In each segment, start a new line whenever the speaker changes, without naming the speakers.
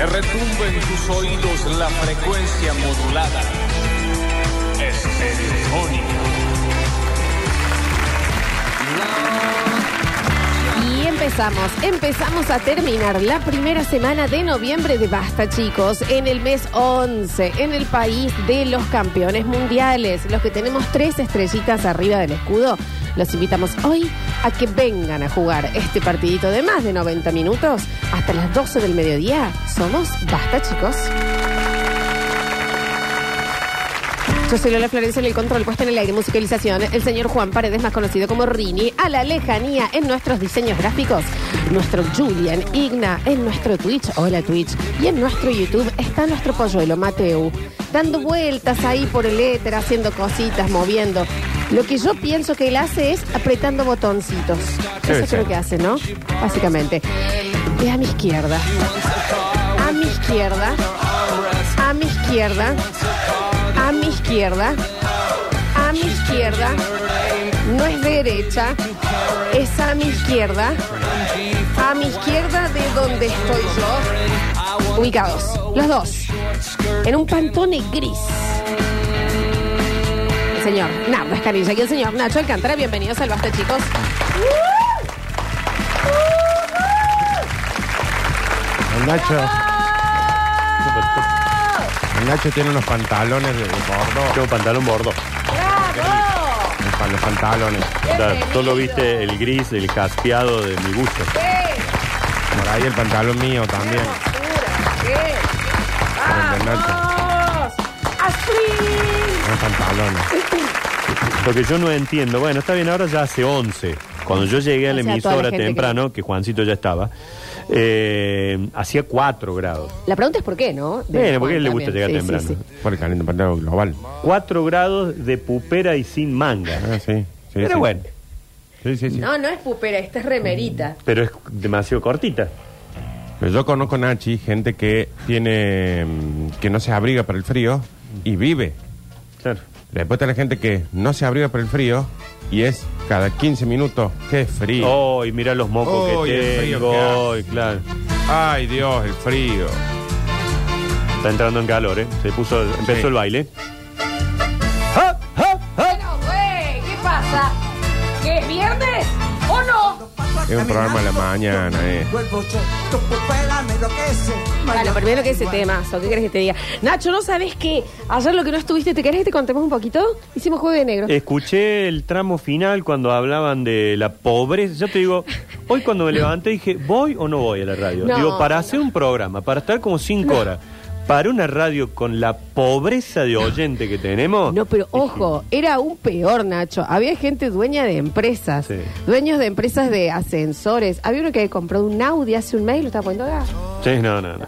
retumbe en tus oídos la frecuencia modulada. Estereofónica.
Y empezamos, empezamos a terminar la primera semana de noviembre de Basta, chicos, en el mes 11, en el país de los campeones mundiales, los que tenemos tres estrellitas arriba del escudo. Los invitamos hoy a que vengan a jugar este partidito de más de 90 minutos hasta las 12 del mediodía. Somos Basta, chicos. Yo soy Lola Florencia en el control, puesta en el aire, musicalización. El señor Juan Paredes, más conocido como Rini, a la lejanía en nuestros diseños gráficos. Nuestro Julian Igna en nuestro Twitch, hola Twitch. Y en nuestro YouTube está nuestro polluelo Mateu, dando vueltas ahí por el éter, haciendo cositas, moviendo. Lo que yo pienso que él hace es apretando botoncitos. Eso
Debe
creo
ser.
que hace, ¿no? Básicamente. Y a mi izquierda. A mi izquierda. A mi izquierda. A mi izquierda. A mi izquierda. No es derecha. Es a mi izquierda. A mi izquierda de donde estoy yo. Ubicados. Los dos. En un pantone gris. El señor Nardo Escanilla y el señor Nacho Alcántara. Bienvenidos al Basta, chicos.
El Nacho. El Nacho tiene unos pantalones de de bordo.
Tengo pantalón bordo.
¡Bravo!
Pa- Los pantalones.
Bienvenido.
Solo viste el gris, el caspeado de mi gusto.
¡Qué
Por ahí el pantalón mío también.
hermosura! ¡Qué!
Por el de Nacho.
¡Vamos! ¡Así!
Los pantalones.
Lo que yo no entiendo, bueno, está bien, ahora ya hace 11. Cuando yo llegué a la
O sea, toda la
emisora
gente
temprano, que... Juancito ya estaba, eh, hacía 4 grados.
La pregunta es por qué, ¿no? De
Bueno, porque a
Juan
él le gusta
también.
llegar
Sí,
temprano.
sí, sí.
Por el calentamiento global.
4 grados de pupera y sin manga.
Ah, sí. sí,
Pero
sí.
bueno,
Sí, sí, sí.
No, no es pupera, esta es remerita.
pero es demasiado cortita.
Pero yo conozco Nachi, gente que tiene. mm, que no se abriga para el frío y vive.
Claro.
Después está la gente que no se abriga para el frío y es cada 15 minutos. ¡Qué frío!
Oh, y mira los mocos
Oh, y el
que
frío
tengo.
que hace.
Oh, y claro.
¡Ay, Dios, el frío!
Está entrando en calor, ¿eh? Se puso, empezó
Sí.
el baile.
Bueno, güey, ¿qué pasa? ¿Que es viernes o no?
Es un programa de la mañana, eh.
Bueno, primero que ese tema, ¿qué querés que te diga? Nacho, ¿no sabes qué? Ayer lo que no estuviste, ¿te querés que te contemos un poquito? Hicimos juego de negro.
Escuché el tramo final cuando hablaban de la pobreza. Yo te digo, hoy cuando me levanté dije, ¿voy o no voy a la radio?
No,
digo, para hacer un programa, para estar como cinco horas, para una radio con la pobreza de oyente que tenemos.
No, pero ojo, era aún peor, Nacho. Había gente dueña de empresas,
Sí.
dueños de empresas de ascensores. Había uno que había comprado un Audi hace un mes y lo estaba poniendo acá.
Sí, no, no, no.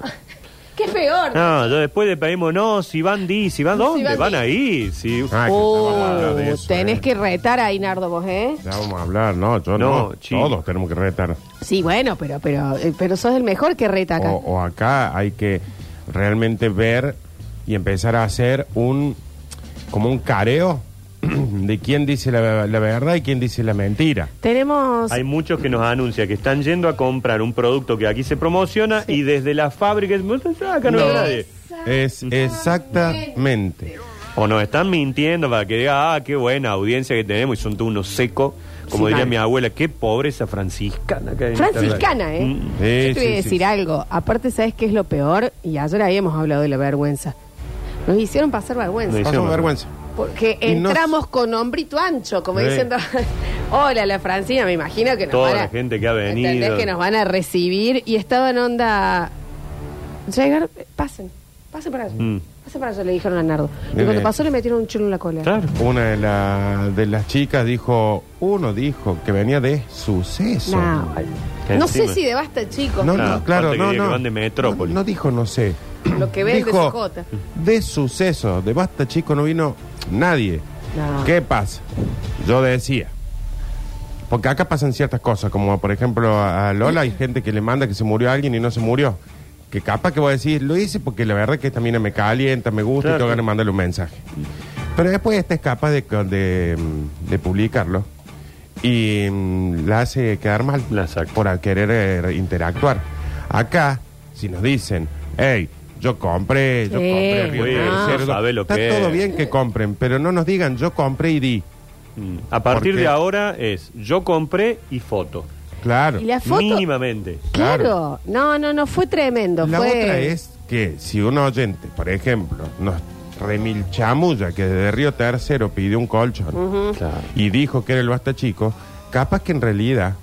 ¡Qué peor!
Ah,
No, yo después le pedimos, no, si van di, si van
Si
dónde,
van
van,
di.
ahí. Si...
Ah, que ya vamos a hablar
Oh,
de eso,
tenés
eh.
que retar ahí, Nardo, vos, ¿eh?
Ya vamos a hablar, no, yo
No,
no.
chico.
Todos tenemos que retar.
Sí, bueno, pero pero eh, pero sos el mejor que reta acá.
O, o acá hay que realmente ver y empezar a hacer un. como un careo de quién dice la, la verdad y quién dice la mentira.
Tenemos
Hay muchos que nos anuncian que están yendo a comprar un producto que aquí se promociona y desde la fábrica acá no, hay nadie.
Es exactamente.
O nos están mintiendo para que diga, ah, qué buena audiencia que tenemos y son todos unos secos. Como
Sí,
diría
mal.
mi abuela, qué pobreza franciscana que hay en
franciscana,
esta
¿eh?
radio. Mm.
Sí,
Yo te voy a
sí, sí,
decir algo. Aparte, ¿sabes qué es lo peor? Y ayer habíamos hablado de la vergüenza. Nos hicieron pasar vergüenza.
Sí.
Pasamos vergüenza.
Porque
Y nos-
entramos con hombrito ancho, como
Sí.
diciendo, hola la Francina, me imagino que nos
Toda
van a-
la gente que ha
¿entendés
venido.
que nos van a recibir y estaba en onda, llegar, pasen, pasen para allá,
Mm.
pasen para allá, le dijeron a Nardo. Y
Bien.
cuando pasó le metieron un chulo en la cola.
Claro.
Una de, la- de las chicas dijo, uno dijo que venía de suceso.
No,
Que
no
encima-
sé si de basta, chicos.
No,
Ah,
no, claro,
falta que
no,
diga que
no.
van de Metrópolis.
No, no dijo, no sé.
Lo que vende
Dijo,
Socota.
De suceso, de basta, chico, no vino nadie.
No.
¿Qué pasa? Yo decía. Porque acá pasan ciertas cosas, como por ejemplo a a Lola hay gente que le manda que se murió alguien y no se murió. Que capaz que voy a decir, lo hice porque la verdad es que esta mina me calienta, me gusta
Claro.
y tengo ganas de mandarle un mensaje. Pero después esta es capaz de, de, de publicarlo y mm, la hace quedar mal
La saca.
por al querer eh, interactuar. Acá, si nos dicen, Ey, yo compré, yo
Sí.
compré Río
Sí,
Negro,
no
cerdo.
sabe lo
Está
que
todo
es.
bien que compren, pero no nos digan yo compré y di.
Mm. A partir
¿Por qué?
de ahora es yo compré y foto.
Claro.
Y la foto.
Mínimamente.
Claro. No, no, no, fue tremendo.
La
fue...
otra es que si un oyente, por ejemplo, nos remilchamulla que desde Río Tercero pidió un colchón
Mm.
y dijo que era el basta chico, capaz que en realidad,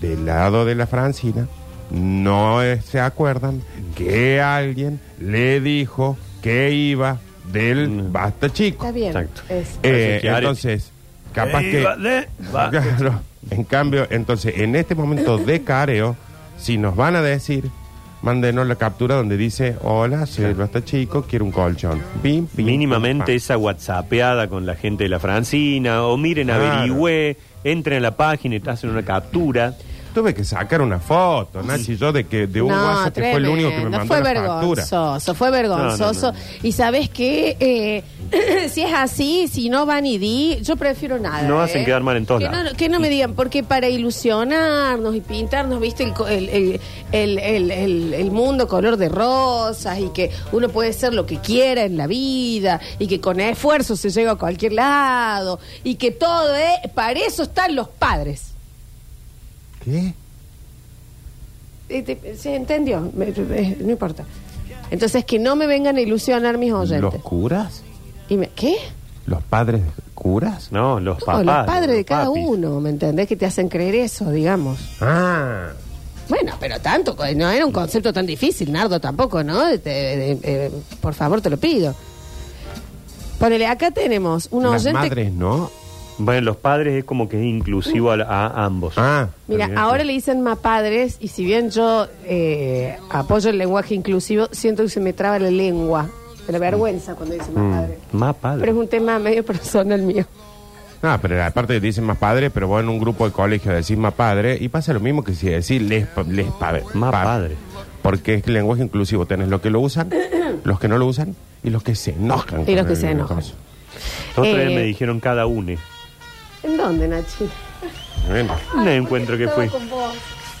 del lado de la Francina, no eh, se acuerdan que alguien le dijo que iba del basta chico.
Está bien.
Exacto.
es-
Eh,
Así Mm. que, Ari-
entonces, capaz
Eh,
que...
va- de- va-
Claro. En cambio, entonces, en este momento de careo, si nos van a decir, mándenos la captura donde dice, hola, soy el basta chico, quiero un colchón. Pim, pim,
Mínimamente
pam,
esa whatsappeada con la gente de la Francina, o miren,
Claro.
averigüé, entren a la página y te hacen una captura.
pam. Tuve que sacar una foto, Nachi, yo de que de un WhatsApp que fue el único que me
tremendo.
mandó
fue
la factura.
vergonzoso, fue vergonzoso.
No, no,
Y sabes qué, Eh, si es así, si no van y di, yo prefiero nada.
No
¿eh?
hacen quedar mal en todos
que
lados.
No, que no me digan, porque para ilusionarnos y pintarnos, viste, el, co- el, el- el- el- el- el mundo color de rosas y que uno puede ser lo que quiera en la vida y que con esfuerzo se llega a cualquier lado y que todo es, para eso están los padres.
¿Qué?
Eh, te- Se entendió, Me- eh, no importa. Entonces, que no me vengan a ilusionar mis
¿Los
oyentes.
curas?
Y me- ¿Qué?
¿Los padres curas?
No, los
No,
papás.
los padres de cada
papis.
uno, ¿me entendés? Que te hacen creer eso, digamos.
Ah,
Bueno, pero tanto, co- no era un concepto tan difícil, Nardo tampoco, ¿no? Te- eh, eh, por favor, te lo pido. Ponele, acá tenemos un
las
oyente.
madres no.
Bueno, los padres es como que es inclusivo a, la- a ambos.
Ah,
Mira,
También,
ahora
sí.
le dicen más padres, y si bien yo eh, apoyo el lenguaje inclusivo, siento que se me traba la lengua de la vergüenza cuando dicen más padres.
Más padres.
Pero es un tema medio personal mío.
No, Ah, pero aparte dicen más padre, pero vos en un grupo de colegio decís más padre y pasa lo mismo que si decís les, pa- les pa-
Más
pa-
padre.
Porque es que el lenguaje inclusivo. Tenés los que lo usan, los que no lo usan y los que se enojan.
Y
con
los que
el-
se enojan.
cosa.
Los tres
Eh,
me dijeron cada une.
¿En dónde, Nachi?
Bueno,
Un encuentro que fue.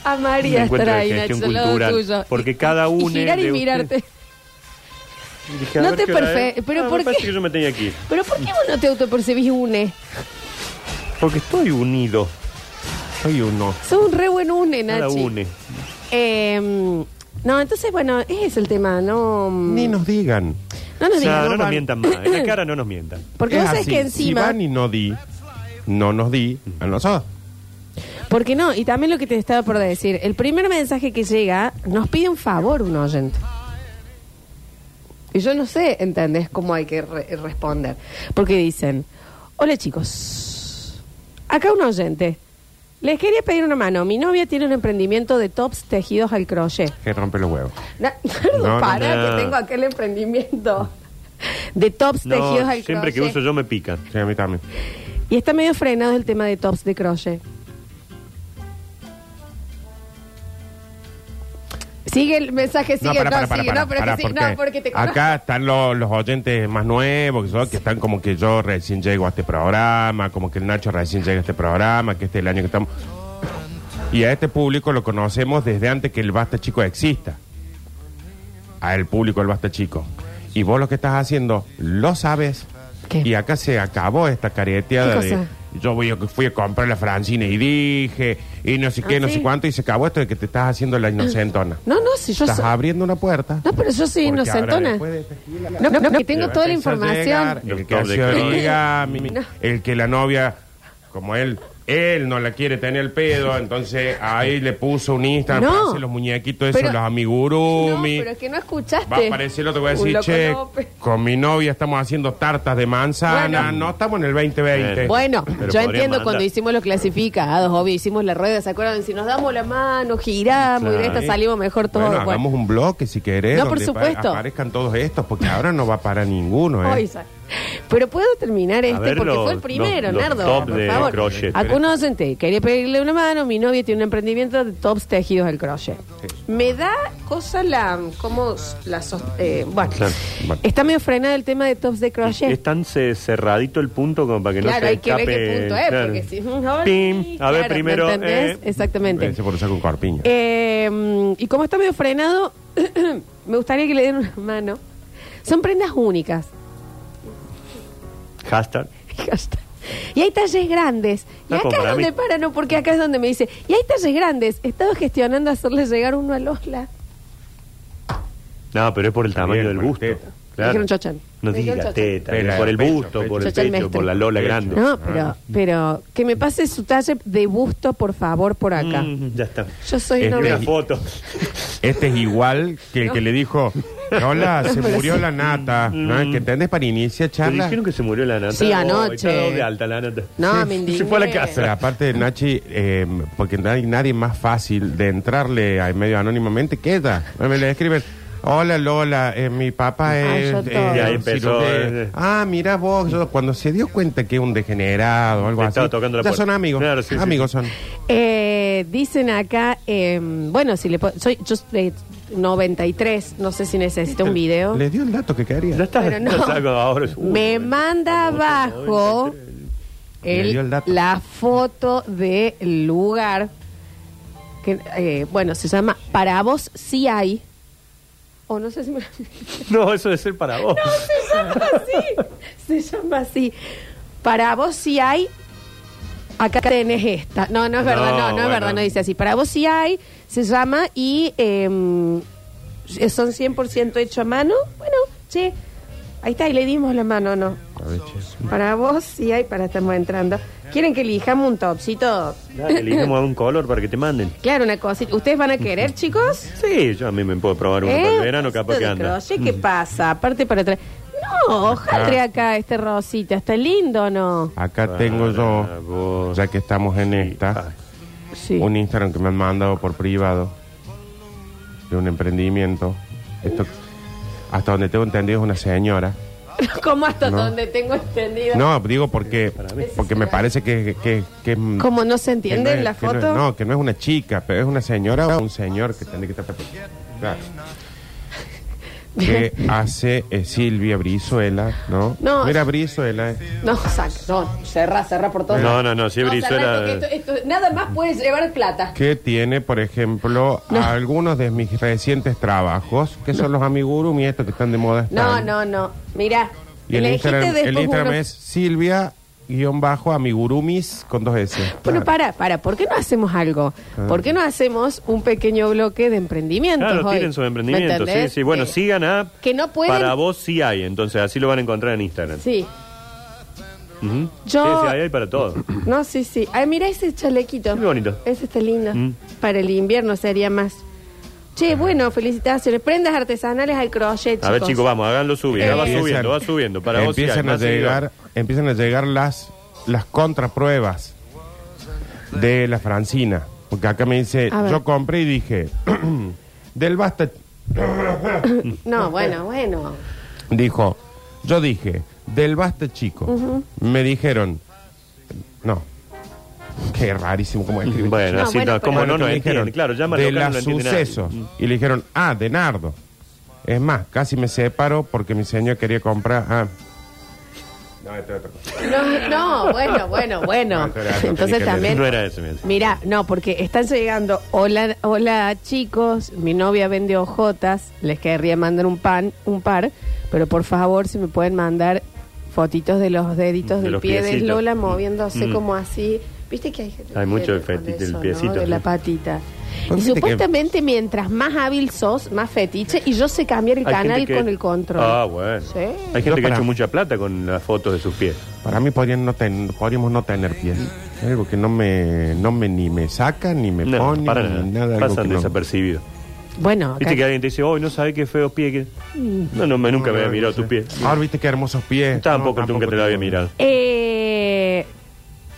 A
Un
María
encuentro de
estará ahí,
gestión
Nachi, al lado
cultural,
tuyo.
porque
Y-
cada
y
uno
girar y
de
mirarte.
Dije,
No
a ver
te
qué hora es.
perfe- pero
Ah,
¿por
me parece
qué?
que yo me tenía aquí.
Pero ¿por qué vos no te autopercibís une?
Porque estoy unido.
soy uno.
Sos un re buen une, Nachi.
Cada une.
Eh, no, entonces, bueno, ese es el tema, no...
Ni nos digan.
No nos
No,
digas,
no,
vos,
nos
Juan.
mientan más. En la cara no nos mientan.
Porque
Es
vos sabés
así.
que
Si
encima...
van y no di, no nos di a nosotros.
Porque no, y también lo que te estaba por decir, el primer mensaje que llega nos pide un favor un oyente. Y yo no sé, ¿entendés cómo hay que re- responder? Porque dicen, hola chicos, acá un oyente. Les quería pedir una mano. Mi novia tiene un emprendimiento de tops tejidos al crochet.
Que rompe los huevos.
Na-
No, no,
Pará,
no.
que tengo acá el emprendimiento de tops
No,
tejidos al
siempre
crochet.
que uso yo me pican.
Sí, a mí también.
Y está medio frenado el tema de tops de crochet. Sigue el mensaje, sigue, no,
para, para, para,
sigue,
para,
no, pero
para,
que sí,
porque
no, porque te conozco.
Acá están los, los oyentes más nuevos, que, son, que están como que yo recién llego a este programa, como que el Nacho recién llega a este programa, que este es el año que estamos. Y a este público lo conocemos desde antes que el Basta Chico exista. A el público del Basta Chico. Y vos lo que estás haciendo, lo sabes.
¿Qué?
Y acá se acabó esta careteada
¿Qué
de.
cosa?
Yo voy a- fui a comprar la Francina y dije, y no sé qué,
Ah,
no
¿sí?
sé cuánto, y se acabó esto de que te estás haciendo la inocentona.
No, no, si yo
Estás
soy...
abriendo una puerta.
No, pero yo soy
Porque ahora
inocentona.
después de esta gira,
No, no, que tengo
va a
toda la
empezar a llegar
información.
El que
Doctor
hace
de Croy.
origami, el que la novia, como él, él no la quiere tener el pedo, entonces ahí le puso un Instagram
No.
para hacer los muñequitos esos,
Pero-
los
No,
amigurumi.
pero es que no escuchaste.
Va a aparecer el otro, voy a
Un
decir,
loco
che,
López.
con mi novia estamos haciendo tartas de manzana,
Bueno.
no estamos en el 2020.
Bueno,
Pero
yo
podría
entiendo
mandar.
cuando hicimos los clasificados, obvio, hicimos la rueda, ¿se acuerdan? Si nos damos la mano, giramos y de
Claro.
esta salimos mejor todos.
Bueno,
Bueno.
hagamos un bloque si querés,
No, por
donde pa-
supuesto.
aparezcan todos estos, porque ahora no va para ninguno. ¿eh?
Ay, sa- Pero puedo terminar este
ver,
porque
los-
fue el primero,
los- los
Nardo.
top
por
de
favor.
crochet.
Acá un docente quería pedirle una mano. Mi novia tiene un emprendimiento de tops tejidos al crochet. Me da cosa la. ¿Cómo la sos- eh, bueno,
Claro, Este.
bueno.
está medio frenado el tema de tops de crochet.
Es tan ce- cerradito el punto como para que no
Claro,
se
hay que ver
escape.
qué punto es,
Claro.
porque si... Ay,
Pim, a ver
claro,
primero.
¿me entendés?
eh,
Exactamente. Em,
Ese por sacar un corpiño.
Eh, y como está medio frenado, Me gustaría que le den una mano. Son prendas únicas.
Hashtag.
Y hay talles grandes. Y
Ah,
acá
como
es
para
donde
mí.
para, no, porque acá es donde me dice. Y hay talles grandes. He estado gestionando hacerle llegar uno a Lola.
No, pero es por el tamaño
bien,
del
por la
busto.
teta.
Me dijeron chochan.
No
Me dijeron chochan.
digas teta,
Pela,
es por el
pecho,
busto,
pecho.
por el
Chochan
pecho,
mestre.
por la lola
Pecho.
grande.
No, pero, pero que me pase su talle de busto, por favor, por acá.
Mm, ya está.
Yo soy
Es
una
Una
Mira,
foto.
Este es igual que el que le dijo, hola, se murió la nata. ¿No?
Mm.
¿Que entendés? Para iniciar
¿Te
charla.
dijeron que se murió la nata?
Sí,
Oh,
anoche.
está dado de alta la nata.
No, me indigné.
Se fue a la casa.
Pero aparte, Nachi, eh, porque no hay nadie más fácil de entrarle a medio anónimamente que ella. Me le escriben, hola Lola, eh, mi papá es...
Ah, yo
eh,
todo.
Ya empezó,
cirujano".
eh.
Ah, mira vos, yo- cuando se dio cuenta que es un degenerado o algo
Le
así,
estaba tocando la
ya
puerta.
son amigos,
Claro, sí, sí.
amigos son.
Eh, dicen acá, eh, bueno, si le po- soy yo soy 93, no sé si necesito un video.
Le dio el dato que quería.
No está,
Pero no.
no saco ahora. Uh,
Me
bueno.
manda abajo
Me dio
el-
el dato.
la foto del lugar que, eh, bueno, se llama Para vos sí hay. O no sé si me...
No, eso debe ser para vos.
se llama así. Se llama así. Para vos sí hay. Acá tenés esta. No, no es verdad, no,
No,
no, es
bueno.
verdad, no dice así. Para vos sí hay, se llama y em, son 100% hecho a mano. Bueno, che, ahí está, y le dimos la mano, ¿no?
A ver, che.
Para vos sí hay, para estamos entrando. ¿Quieren que elijamos un topsito?
Dale, elijamos un color para que te manden.
Claro, una cosita. ¿Ustedes van a querer, chicos?
Sí, yo a mí me puedo probar uno
¿Eh?
para el verano,
Un
capaz
cosito
que
de
anda. Mm.
crochet, ¿Qué pasa? Aparte para atrás. No, hojaldre acá este rosita. Está lindo, o ¿no?
Acá tengo yo,
Para vos. ah.
ya que estamos en esta,
Sí.
un Instagram que me han mandado por privado de un emprendimiento. Esto, hasta donde tengo entendido es una señora.
¿Cómo hasta
No.
donde tengo entendido?
No, digo porque porque me parece que... que, que
¿Cómo no se
que no
entiende
es-
en la
que no
foto?
es- No, que no es una chica, pero es una señora o un señor que tendría que estar... Claro. Que hace eh, Silvia Brizuela, ¿no?
No.
Mira, Brizuela. eh.
No, saca, no, cerra, cerra por todo.
Ah, No, no, no, sí, Brizuela-
nada más puede llevar plata.
que tiene, por ejemplo,
No.
algunos de mis recientes trabajos, que son los amigurumi, estos que están de moda.
No,
están.
no, no. Mira,
Ah. Y el
elegiste
Instagram, el
después
Instagram
uno-
es silvia guión bajo amigurumis con dos S.
Bueno,
Claro.
para, para, ¿por qué no hacemos algo?
Ah.
¿Por qué no hacemos un pequeño bloque de emprendimientos
Claro,
hoy?
tienen sus
¿Me
emprendimientos. Sí,
entendés?
sí. Bueno,
Eh,
sigan a.
que no pueden-
Para vos sí hay, entonces así lo van a encontrar en Instagram.
Sí.
Ujú.
Yo-
Sí, sí, ahí hay para todo.
No, sí, sí. Ay, mira ese chalequito.
Muy bonito.
Ese está lindo.
Mm.
Para el invierno sería más. Che, bueno, felicitaciones. Prendas artesanales al crochet,
A ver, chicos, vamos, háganlo subir.
Eh,
va
Empiezan-
subiendo, va subiendo. Para vos sí hay,
empiezan a
más
llegar, empiezan a llegar las las contrapruebas de la Francina, porque acá me dice,
A ver.
yo compré y dije, del basta
No, bueno, bueno.
dijo, yo dije, del basta chico. Me dijeron, no. Qué rarísimo como
seguidores.
escriben.
Bueno,
No,
así
bueno,
no,
pero-
como no nos
me
entienden. Claro, llama
de
al local,
la
no lo entiende nadie. Mm.
suceso. Y le dijeron, ah, de Nardo. Es más, casi me separo porque mi señor quería comprar. Ah. No, esto es otra cosa.
No, no, bueno, bueno, bueno.
No, era algo que
Entonces
quería
también.
No era eso, mira.
Mira, no, porque están llegando. Hola, hola chicos, mi novia vende hojotas, les querría mandar un pan, un par, pero por favor si me pueden mandar fotitos de los deditos
De
del
los
pie de
piecitos.
Lola moviéndose
Mm.
como así. Viste que hay gente
Hay
que
mucho
con
fetiche del
eso, ¿no?
piecito.
de la patita.
Hay
Y
gente que-
supuestamente mientras más hábil sos, más fetiche, y yo sé cambiar el
Hay gente
canal
que-
con el control.
Ah, bueno.
Sí.
Hay gente
No,
que ha
para.
hecho mucha plata con las fotos de sus pies.
Para mí podrían no ten- podríamos no tener pies. Es Algo que no me, no me ni me saca, ni me
No,
pone,
para
ni
nada.
nada. algo
Pasan
que no-
desapercibidos.
Bueno, acá-
Viste que alguien te dice, hoy no sabe qué feo pie que. No, no, me- nunca me había mirado tu pie.
Ahora viste qué hermosos pies.
Tampoco,
No,
nunca te lo había mirado.
Eh,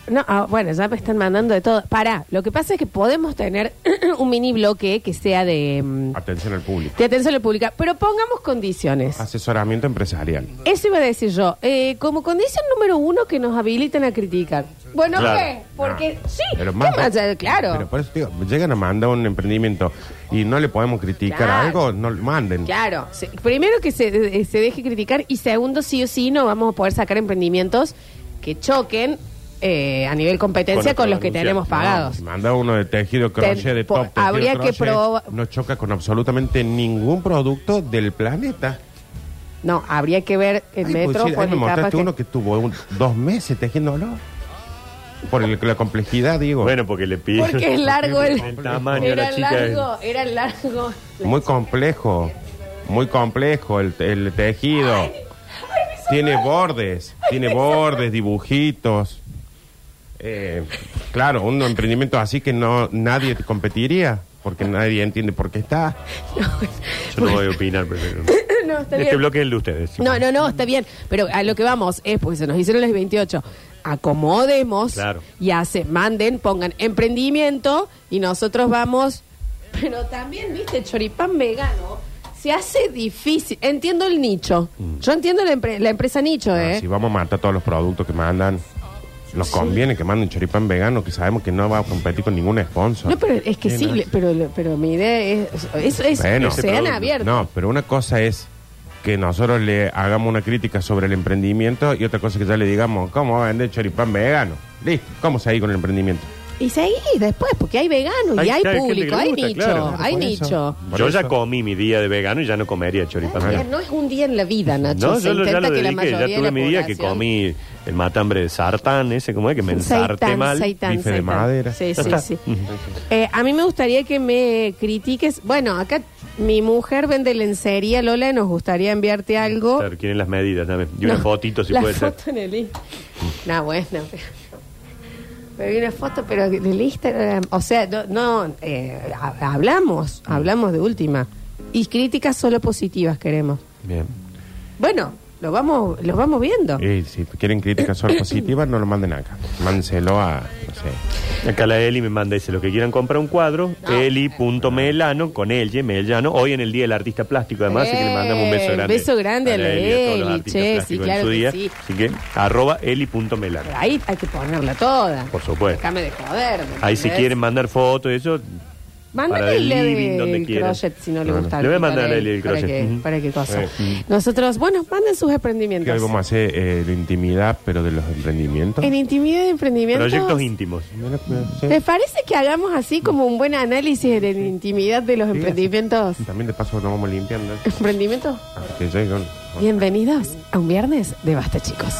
no, ah, bueno, ya me están mandando de todo. Pará, lo que pasa es que podemos tener un mini bloque que sea de, mm,
Atención al público.
de atención a la pública, pero pongamos condiciones.
Ah, Asesoramiento empresarial.
Eso iba a decir yo. Eh, como condición número uno, que nos habiliten a criticar. Bueno,
Claro.
¿qué? Porque
No.
sí,
Pero
¿qué
más-
más? Eh, claro.
Pero por eso te digo, llegan a mandar un emprendimiento y no le podemos criticar
Claro.
algo, no lo manden.
Claro, se- primero que se, eh, se deje criticar y segundo, sí o sí, no vamos a poder sacar emprendimientos que choquen eh, a nivel competencia
Con
con
los
los
que
que tenemos
anunciamos.
pagados.
Si manda uno de tejido crochet
Ten-
de
po-
top. tejido
habría que
crochet,
proba-
No choca con absolutamente ningún producto del planeta.
No, habría que ver el
Ay,
metro
pues sí, ahí
por
me
etapas
mostraste
que-
uno que tuvo un- dos meses tejiéndolo. Por el- la complejidad, digo.
Bueno, porque le pide.
Porque es largo el,
El tamaño de
era
la chica. es-
largo, era largo.
Muy complejo. Muy complejo el, el tejido. tiene bordes. Tiene bordes, dibujitos. Eh, claro, un emprendimiento así que no nadie te competiría. Porque nadie entiende por qué está.
Yo no voy a opinar, pero.
No, está
Este
bien.
bloque es el de ustedes.
No, no, no, está bien. Pero a lo que vamos es, porque se nos hicieron las 28, acomodemos
Claro.
y hace, manden, pongan emprendimiento y nosotros vamos. Pero también, viste, choripán vegano se hace difícil. Entiendo el nicho. Yo entiendo la, empre- la empresa nicho, ¿eh?
Si vamos a matar todos los productos que mandan. Nos conviene que manden choripán vegano, que sabemos que no va a competir con ningún sponsor.
No, pero es que sí,
Tiene-
le- pero, le- pero mi idea es, eso es,
Bueno.
se
Ese
dan
producto.
abiertos.
No, pero una cosa es que nosotros le hagamos una crítica sobre el emprendimiento y otra cosa que ya le digamos, ¿cómo va a vender choripán vegano? Listo, ¿cómo se ha ido con el emprendimiento?
Y seguí después, porque hay veganos
Hay-
y hay
claro, hay gente
público,
que le
hay
gusta,
nicho,
claro.
hay
Por
nicho.
eso. Por
Yo ya
eso.
comí mi día de vegano y ya no comería choripán.
Está bien, No es un día en la vida, Nacho.
No,
se
yo lo- ya
intenta
lo
que la
dediqué, ya
mayoría de
tuve
la
mi día que
población-
comí el matambre de sartán, ese como es que me ensarte
Seitán,
mal.
seitán,
bife de
seitán.
madera.
Sí,
Ya
sí,
está.
sí. Eh, a mí me gustaría que me critiques. Bueno, acá mi mujer vende lencería, Lola, y nos gustaría enviarte algo.
Claro, quieren las medidas también. Y una
No,
fotito si
la
puede ser.
foto en el Insta. No, bueno. pero- Me vi una foto, pero del Instagram. O sea, no, no, eh, ha- hablamos,
Mm.
hablamos de última. Y críticas solo positivas queremos.
Bien.
Bueno, lo vamos, lo vamos viendo.
Y si quieren críticas solo positivas, no lo manden acá. Mánselo a, no sé.
Acá la Eli me manda, dice, los que quieran comprar un cuadro, eli.melano, con L, Melano, hoy en el Día del Artista Plástico, además, así que le mandamos un beso
Eh,
grande.
beso grande a la
todos los
Eli,
artistas
che,
plásticos
sí,
en
claro
su
que
día.
sí.
Así que, arroba eli.melano.
Ahí hay que ponerla toda.
Por supuesto.
Déjame de joder. ¿me
Ahí si
entendés?
quieren mandar fotos y eso, para
Mándale
del
el de-
living, donde
el
quieran.
crochet si no le
Bueno,
gusta.
le voy a
Para
mandar
él,
el- el
para
crochet.
que-
Ujú.
Para qué cosa.
Sí.
Nosotros, bueno, manden sus
Que
emprendimientos.
hoy vamos a hacer eh, de intimidad, pero de los emprendimientos.
En intimidad y emprendimientos.
proyectos íntimos.
Mira, sí.
¿Te parece que hagamos así como un buen análisis de la intimidad de los
Sí,
emprendimientos?
También de paso nos vamos limpiando. Ah,
¿Emprendimientos?
Que lleguen.
Bienvenidos a un viernes de Basta, chicos.